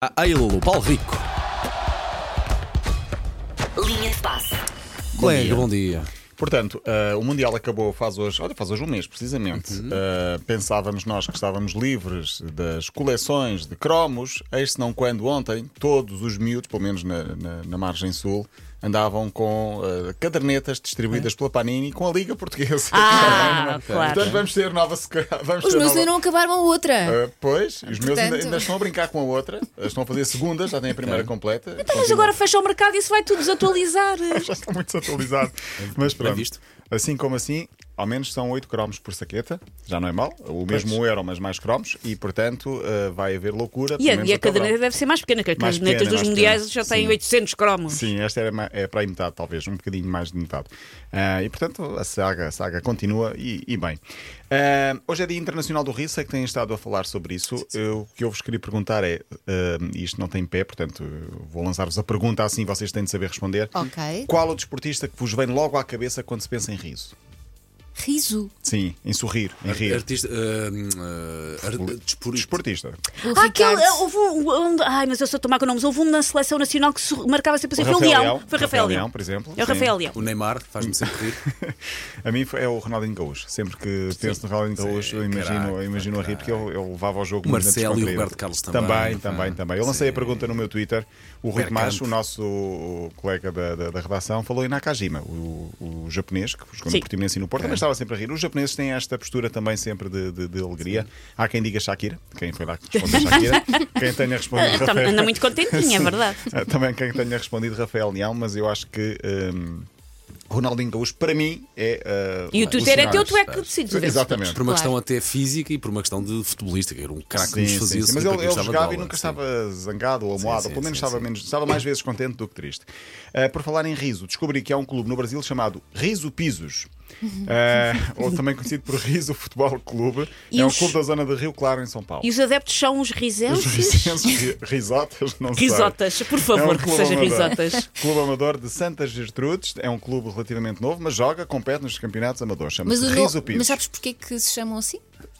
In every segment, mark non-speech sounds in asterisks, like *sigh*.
A ele, o Paulo Rico. Linha de passe. Colega, bom dia. Portanto, eh, o Mundial acabou faz hoje, olha, faz hoje um mês, precisamente. Eh, pensávamos nós que estávamos livres das coleções de cromos, eis se não quando ontem, todos os miúdos, pelo menos na, na- na margem sul, andavam com eh, cadernetas distribuídas pela Panini com a Liga Portuguesa. Ah, claro. *laughs* Portanto, vamos ter nova seca- vamos Os ter meus nova... ainda não acabaram a outra. Eh, pois, os meus ainda, Portanto- ainda estão a brincar com a outra, eh, estão a fazer a segunda, já têm a primeira completa. Então, Mas agora fecha o mercado e isso vai tudo desatualizar. *laughs* já está muito desatualizado. Mas pronto, visto. assim como assim, ao menos são 8 cromos por saqueta, já não é mal. O mesmo euro, mas mais cromos, e portanto eh, vai haver loucura. E pelo a, menos e a até o verão. caderneta deve ser mais pequena, que as Mais cadernetas pequena, dos mais mundiais pequena. já têm Sim. 800 cromos. Sim, esta era ma- é para aí metade, talvez, um bocadinho mais de metade. Ah, e portanto, a saga, a saga continua e, e bem. Ah, hoje é Dia Internacional do Rio, sei que têm estado a falar sobre isso. Eu- o que eu vos queria perguntar é: ah, isto não tem pé, portanto, eu vou lançar-vos a pergunta assim, vocês têm de saber responder. Ok. Qual o desportista que vos vem logo à cabeça quando se pensa em riso? Riso. Sim, em sorrir, em rir. Artista. ah, hum, ah, ar- desportista. Desportista. O Ah, Ricardo. aquele, ah, houve um, um- ai, mas eu sou a tomar com nomes. Houve um na seleção nacional que se marcava sempre assim. Foi o Leão. Foi Rafael Leão. por exemplo. É o Sim. Rafael Leão. O Neymar *laughs* faz-me sempre rir. A mim foi- é o Ronaldinho Gaúcho. Sempre que penso no Ronaldinho Gaúcho, eu imagino, caraca, eu imagino a rir, porque eu, eu levava ao jogo O muito na Marcelo e o descontraída. Roberto Carlos também, Também, pá. também, também. Eu lancei a Sim. pergunta no meu Twitter. O Rui Percante. Macho, o nosso colega da, da, da redação, falou em Nakajima, o, o japonês, que jogou Sim. no Portimonense e É. no Porto, também estava sempre a rir. Os japoneses têm esta postura também sempre de, de- de alegria. Há quem diga Shakira, quem foi *laughs* lá que respondeu Shakira, quem tenha respondido Então, Rafael. Anda muito contentinha, é verdade. Ah, Também quem tenha respondido Rafael Leão, mas eu acho que hum, Ronaldinho Gaúcho, para mim, é. ah, E o Twitter é cenário. teu, tu é que decides. o vencedor. Exatamente. Por uma questão até física e por uma questão de futebolista, que era um craque que nos Sim, fazia sim, sim. Mas sempre ele, que gostava de ele jogava e bola, nunca sim. estava zangado ou amoado, sim, pelo menos sim, estava, sim. Menos, estava mais vezes contente do que triste. Ah, por falar em riso, descobri que há um clube no Brasil chamado Riso Pisos. Ah, *laughs* ou também conhecido por Riso Futebol Clube, E é um os- clube da zona de Rio Claro, em São Paulo. E os adeptos são os Os risenses? risenses, risotas, não sei. Risotas, por favor, É um que clube sejam amador. *laughs* risotas. Clube Amador de Santa Gertrudes, é um clube relativamente novo, mas joga, compete nos campeonatos amadores. Mas, Chama-se o Riso no- Pisos. mas sabes porquê que se chamam assim?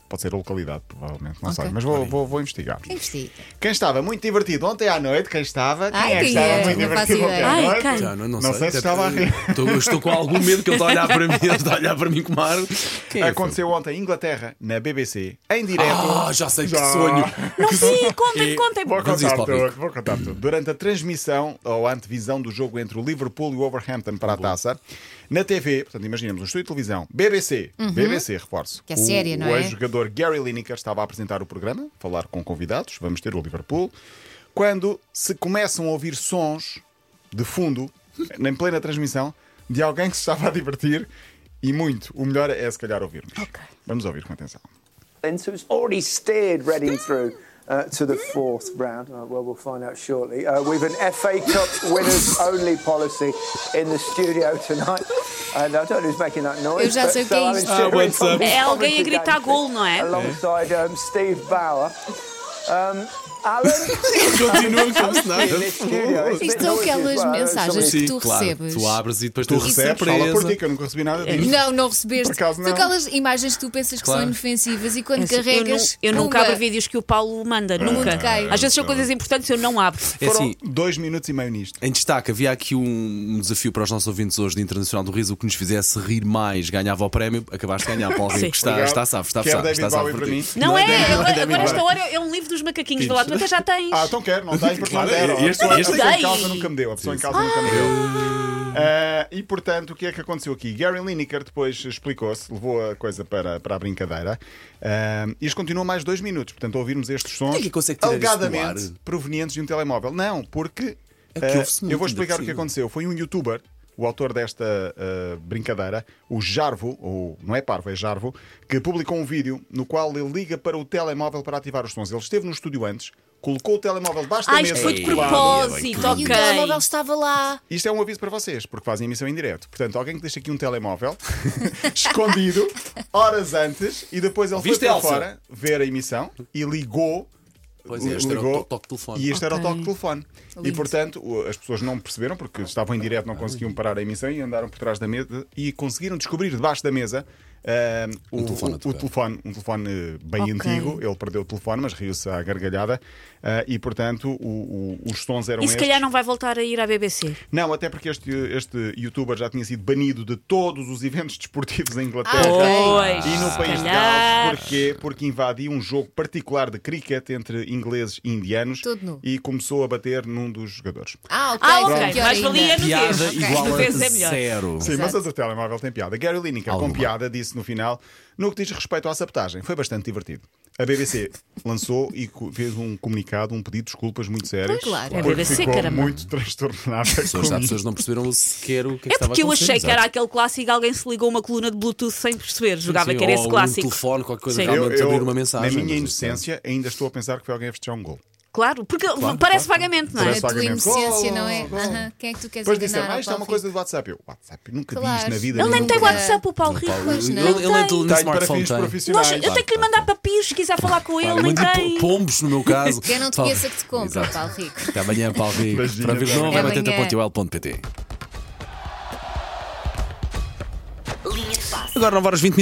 Pode ser a localidade, provavelmente, não Ok. sei, mas vou, vou, vou investigar. Investiga. Quem estava muito divertido ontem à noite, quem estava? Quem Ai, é que quem estava é? muito Não faço divertido ontem ideia. à Ai, noite? quem? Já, não, não Não sei se até- estava a rir. *laughs* Estou, estou com algum medo que ele está a olhar para mim, ele está a olhar para mim com ar. Quem é que Aconteceu ontem em Inglaterra, na BBC, em direto. Ah, já sei que Já. sonho. Não, sim, E- contem, contem. Vamos a Vou contar isso, Paulo tudo, vou contar tudo. Durante a transmissão ou a antevisão do jogo entre o Liverpool e o Overhampton para a taça, na TV, portanto, imaginemos um estúdio de televisão, BBC, BBC, reforço. Uhum. Que é séria, o, não o é? ex-jogador Gary Lineker estava a apresentar o programa, falar com convidados, vamos ter o Liverpool. Quando se começam a ouvir sons de fundo, *laughs* em plena transmissão, de alguém que se estava a divertir e muito. O melhor é se calhar ouvirmos. Vamos ouvir com atenção. And so it's already steered Reading through uh, to the fourth round. Uh, well, we'll find out shortly. Uh, we've an FA Cup winners only policy in the studio tonight. And I don't know who's making that noise. Eu já but- sei o que é so isto. Alan Shearer Ah, what's from up? É alguém a Coventry gritar Games, gol, não é? Alongside um, Steve Bauer. Um, Alan, Continua como se nada. in this studio. It's a *laughs* bit Isto são noisy as aquelas well. mensagens uh, Somebody- que Sim, tu claro. recebes. Tu abres e depois tu, Tu recebes, recebes, surpresa. fala por ti, que eu nunca recebi nada disso. Não, não recebeste. Por acaso, São não. aquelas imagens que tu pensas que Claro. são inofensivas e quando Eu, nu- carregas. eu nunca pumba. abro vídeos que o Paulo manda, Ah, nunca. cai. Às vezes são coisas importantes, eu não abro. É assim, dois minutos e meio nisto. Em destaque, havia aqui um desafio para os nossos ouvintes hoje de Internacional do Riso, o que nos fizesse rir mais, ganhava o prémio, acabaste de ganhar, Paulo Rico, Sim. que está, Obrigado. está salvo, está Quer salvo, David está salvo Bowie por para ti. mim? Não, é, David- não é agora, David agora esta Bowie. hora é um livro dos macaquinhos de lá, tu até já tens. Ah, então quero, não tem, porque Claro, não deram. e este a não pessoa dei. em casa nunca me deu. A pessoa em casa nunca me deu. Ah, e portanto, o que é que aconteceu aqui? Gary Lineker depois explicou-se, levou a coisa para, para a brincadeira. Ah, isto continua mais dois minutos. Portanto, ouvirmos estes sons Quem é que consegue tirar isto do alegadamente ar? provenientes de um telemóvel. Não, porque É que ah, ouve-se muito, eu vou ainda explicar por o que cima. aconteceu. Foi um youtuber. O autor desta ah, brincadeira, o Jarvo, ou não é Parvo, é Jarvo, que publicou um vídeo no qual ele liga para o telemóvel para ativar os sons. Ele esteve no estúdio antes, colocou o telemóvel debaixo da Ah, mesa. isto foi de Ei, propósito, E ok. o telemóvel estava lá. Isto é um aviso para vocês, porque fazem emissão em direto. Portanto, alguém que deixa aqui um telemóvel *laughs* escondido horas antes e depois ele Viste, foi para Elsa? fora ver a emissão e ligou. Pois é, este era o ligou, toque de telefone. E este era o Ok. toque de telefone. E portanto, o- as pessoas não perceberam, porque estavam em direto, não conseguiam parar a emissão e andaram por trás da mesa e conseguiram descobrir debaixo da mesa. ah, Ah, o, Um telefone a o- o tocar. telefone, um telefone eh, bem Ok. antigo, ele perdeu o telefone, mas riu-se à gargalhada. Ah, e portanto, o- o- os sons eram E se estes. calhar não vai voltar a ir à BBC. Não, até porque este, este youtuber já tinha sido banido de todos os eventos desportivos em Inglaterra Ah, ok. Pois, e no se país de calhar. Gales. Porquê? Porque invadiu um jogo particular de cricket entre ingleses e indianos Todo nu. e começou a bater num dos jogadores. Ah, ok. Ah, então ok. pior Mas ainda. valia no Piada texto. igual No a texto é melhor. zero. Sim, Exato. mas a telemóvel tem piada. Gary Lineker, Alguma. com piada, disse no final: no que diz respeito à sabotagem, foi bastante divertido. A *laughs* BBC lançou e co- fez um comunicado, um pedido de desculpas muito sério. Pois, claro. É porque BBC, ficou caramba. muito *laughs* transtornada. As pessoas, com as isto. pessoas não perceberam sequer o que é que É estava a porque eu acontecer, achei que era exato. aquele clássico, alguém se ligou uma coluna de Bluetooth sem perceber, jogava Sim, que era ou esse um clássico. telefone, qualquer coisa Sim. realmente. Realmente abrir uma mensagem, Na Tá, mas minha isso- é- inocência, ainda estou a pensar que foi alguém a festejar um gol. Claro, porque parece vagamente, não é? Parece A tua vagamente. inocência, Oh, não é? oh. Aham. Quem é que tu queres Depois disseram, enganar? ah, isto é uma Paulo coisa do WhatsApp. Eu, WhatsApp, nunca diz Claro. na vida. Ele nem nunca tem Nunca. WhatsApp, o Paulo Rico. Paulo, Pois ele, não. ele Não é do no Tenho para smartphone, fins tem. profissionais. Nós, eu tenho que lhe mandar papis se quiser falar com ele, nem Mande tem. pombos, no meu *laughs* caso. Quem não te Paulo- conheça que te compra, Exato. Paulo Rico. Até amanhã, Paulo Rico. Beijinho, Para vir de novo, até é amanhã. batenta.ol.pt. Agora 9 horas 20 minutos.